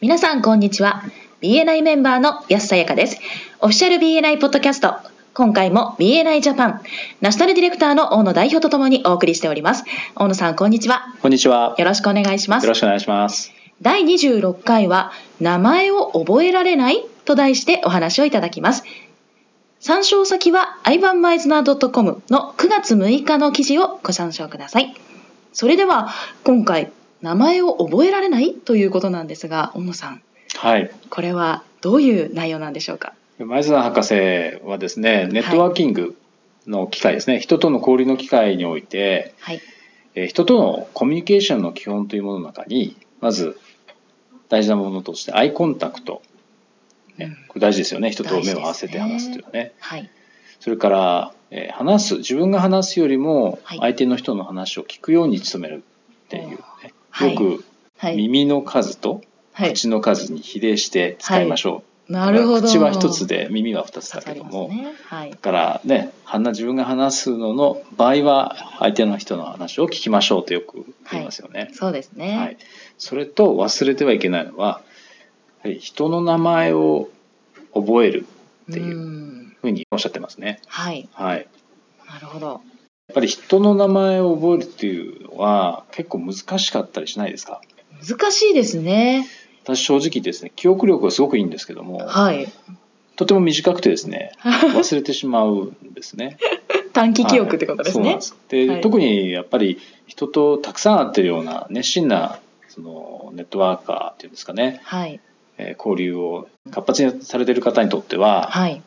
皆さん、こんにちは。BNI メンバーの安さやかです。オフィシャル BNI ポッドキャスト。今回も BNI ジャパン、ナショナルディレクターの大野代表とともにお送りしております。大野さん、こんにちは。こんにちは。よろしくお願いします。よろしくお願いします。第26回は、名前を覚えられないと題してお話をいただきます。参照先は ivanmeisner.com の9月6日の記事をご参照ください。それでは、今回、名前を覚えられないということなんですが、小野さん。はい。これはどういう内容なんでしょうか。前澤博士はですね、ネットワーキングの機会ですね、はい、人との交流の機会において、はい、え人とのコミュニケーションの基本というものの中に、まず大事なものとしてアイコンタクト、ね、うん、これ大事ですよね人と目を合わせて話すというのはね、ね、はい、それから、え話す自分が話すよりも相手の人の話を聞くように努めるっていうね、はい、よく耳の数と口の数に比例して使いましょう、はいはいなるほど口は一つで耳は二つだけども、ねはい、だからね鼻自分が話すのの場合は相手の人の話を聞きましょうとよく言いますよね。はい、そうですね、はい、それと忘れてはいけないのは人の名前を覚えるっていうふうにおっしゃってますね。はい、はい、なるほどやっぱり人の名前を覚えるっていうのは結構難しかったりしないですか難しいですね。私正直ですね記憶力はすごくいいんですけども、はい、 とても短くてですね忘れてしまうんですね短期記憶ってことですね、はい、で、はい、特にやっぱり人とたくさん会ってるような熱心なそのネットワーカーっていうんですかね、はいえー、交流を活発にされてる方にとっては、はい、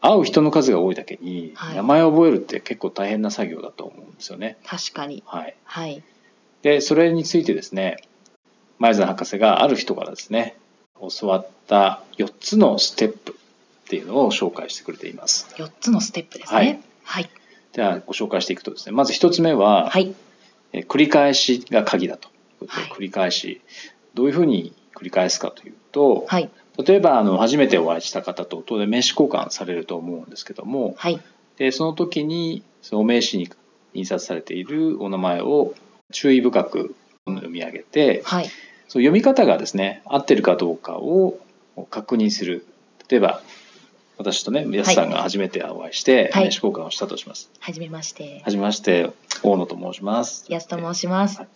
会う人の数が多いだけに、はい、名前を覚えるって結構大変な作業だと思うんですよね確かにはい、はい、でそれについてですね前澤博士がある人からですね教わった4つのステップっていうのを紹介してくれています4つのステップですね、はい、はい、ではご紹介していくとですねまず1つ目は、はい、え繰り返しが鍵だと繰り返し、はい、どういうふうに繰り返すかというと、はい、例えばあの初めてお会いした方と当然名刺交換されると思うんですけども、はい、でその時にその名刺に印刷されているお名前を注意深く読み上げて、はい、その読み方がですね合ってるかどうかを確認する例えば私とね安さんが初めてお会いして名刺交換をしたとします。はじ、い、めまして。はじめまして大野と申します。安と申します。はい、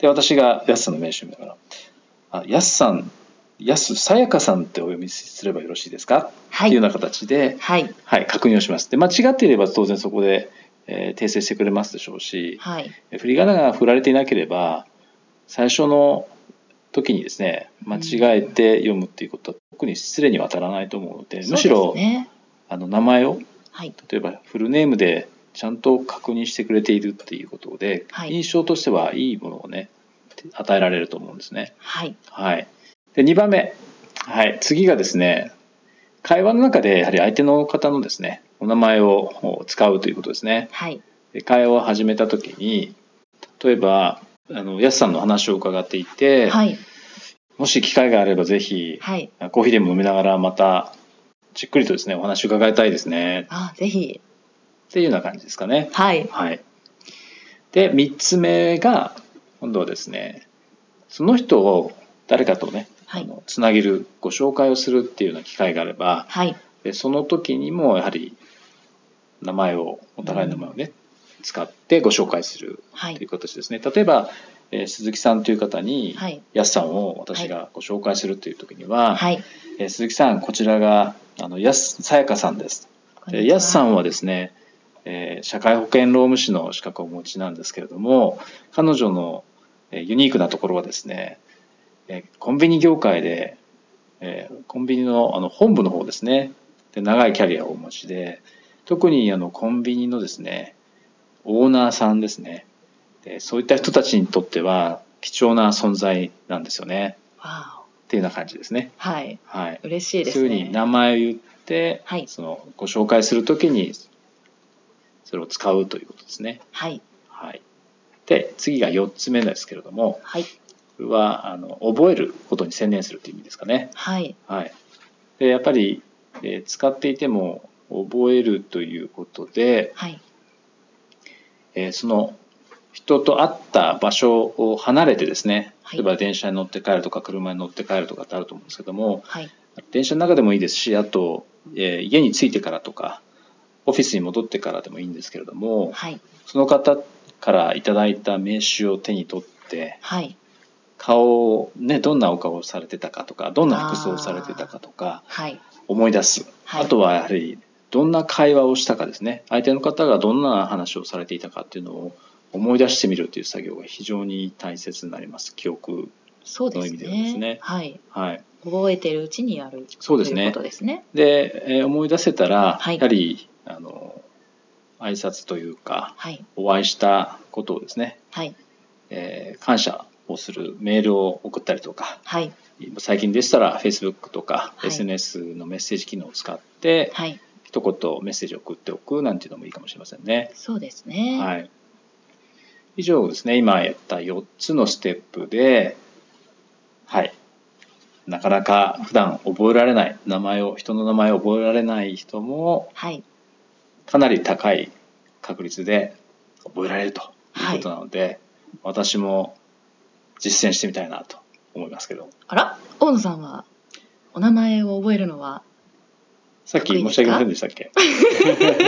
で私が安さんの名刺を見ながら「あ安さん安さやかさんってお読みすればよろしいですか?はい」っていうような形で、はいはい、確認をします。で間違っていれば当然そこで、えー、訂正してくれますでしょうし、はい、振り仮名が振られていなければ最初の時にですね間違えて読むっていうことは特に失礼には当たらないと思うので、ね、むしろあの名前を、はい、例えばフルネームでちゃんと確認してくれているっていうことで、はい、印象としてはいいものをね与えられると思うんですね。はい、はい、で2番目、はい、次がですね会話の中でやはり相手の方のですねお名前を使うということですね。はい、で会話を始めた時に例えばあのやすさんの話を伺っていて、はい、もし機会があればぜひ、はい、コーヒーでも飲みながらまたじっくりとですねお話伺いたいですね。あぜひっていうような感じですかね。はい、はい、で3つ目が今度はですねその人を誰かとね、はい、あのつなげるご紹介をするっていうような機会があれば、はい、でその時にもやはり名前をお互いの名前をね、うん使ってご紹介するという形ですね。はい、例えば、えー、鈴木さんという方に、はい、やすさんを私がご紹介するという時には、はい、えー、鈴木さんこちらがあのやすさやかさんです。でやすさんはですね、えー、社会保険労務士の資格をお持ちなんですけれども彼女の、えー、ユニークなところはですね、えー、コンビニ業界で、えー、コンビニのあの本部の方ですねで長いキャリアをお持ちで特にあのコンビニのですねオーナーさんですねでそういった人たちにとっては貴重な存在なんですよねっていうような感じですねはい、はい、、嬉しいですね、そういうふうに名前を言って、はい、そのご紹介するときにそれを使うということですねはい、はい、で次が4つ目ですけれども、はい、これはあの覚えることに専念するという意味ですかねはい、はい、でやっぱり、えー、使っていても覚えるということで、はい、えその人と会った場所を離れてですねはい例えば電車に乗って帰るとか車に乗って帰るとかってあると思うんですけどもはい。電車の中でもいいですしあと、えー家に着いてからとかオフィスに戻ってからでもいいんですけれどもはい。その方からいただいた名刺を手に取ってはい。顔をねどんなお顔をされてたかとかどんな服装をされてたかとかはい。思い出す、はいあとはやはりどんな会話をしたかですね相手の方がどんな話をされていたかっていうのを思い出してみるという作業が非常に大切になります記憶そうですそういう意味ではですねね。はい。はい覚えてるうちにやる。そうですねということですね。で、えー思い出せたら、はいやはりあの挨拶というかはい。お会いしたことをですね、はい。えー感謝をするメールを送ったりとかはい。最近でしたら Facebook とかはい SNS のメッセージ機能を使ってはい。一言メッセージを送っておくなんていうのもいいかもしれませんね。そうですね。はい。はい、以上ですね今やった4つのステップで、はい、なかなか普段覚えられない名前を人の名前を覚えられない人もかなり高い確率で覚えられるということなので、私も実践してみたいなと思いますけどあら、大野さんは。お名前を覚えるのは。さっき申し上げませんでしたっ け、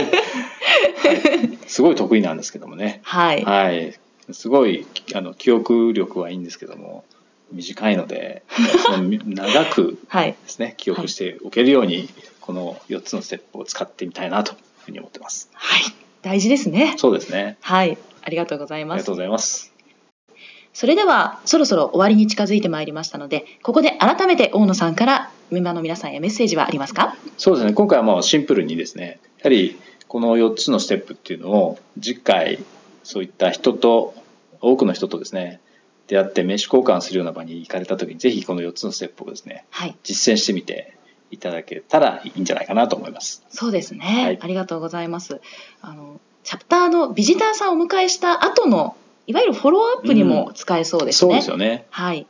はいすごい得意なんですけどもねはい。はい、すごいきあの記憶力はいいんですけども短いのでそのみ 長くはい。ですね記憶しておけるように、この4つのステップを使ってみたいなというふうに思ってます。はい。大事ですね。そうですねはい。ありがとうございあまりがすとう。ございます。それではそろそろ終わりに近づいてまいりましたのでここで改めて大野さんからメンバーの皆さんへメッセージはありますかそうですね今回はもうシンプルにですねやはりこの4つのステップっていうのを次回そういった人と多くの人とですね出会って名刺交換するような場に行かれた時にぜひこの4つのステップをですねはい実践してみていただけたらいいんじゃないかなと思います。そうですね、はいありがとうございますあのチャプターのビジターさんをお迎えした後のいわゆるフォローアップにも使えそうですそうね、ですよね。はい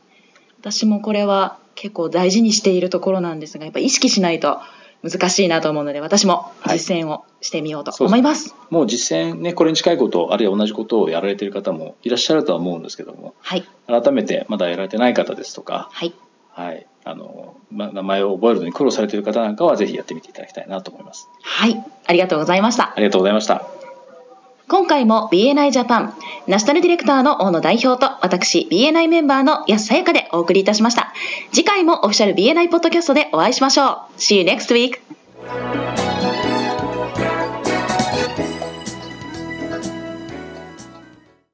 私もこれは結構大事にしているところなんですがやっぱ意識しないと難しいなと思うので私も実践をしてみようと思いますもう実践ね、これに近いこと、あるいは同じことをやられている方もいらっしゃるとは思うんですけども、はい改めてまだやられてない方ですとか、はいはい、あの、ま、名前を覚えるのに苦労されている方なんかは、ぜひやってみていただきたいなと思います。はいありがとうございましたありがとうございました。今回も BNI ジャパンナショナルディレクターの大野代表と私 BNI メンバーの安さやかでお送りいたしました次回もオフィシャル BNI ポッドキャストでお会いしましょう See you next week!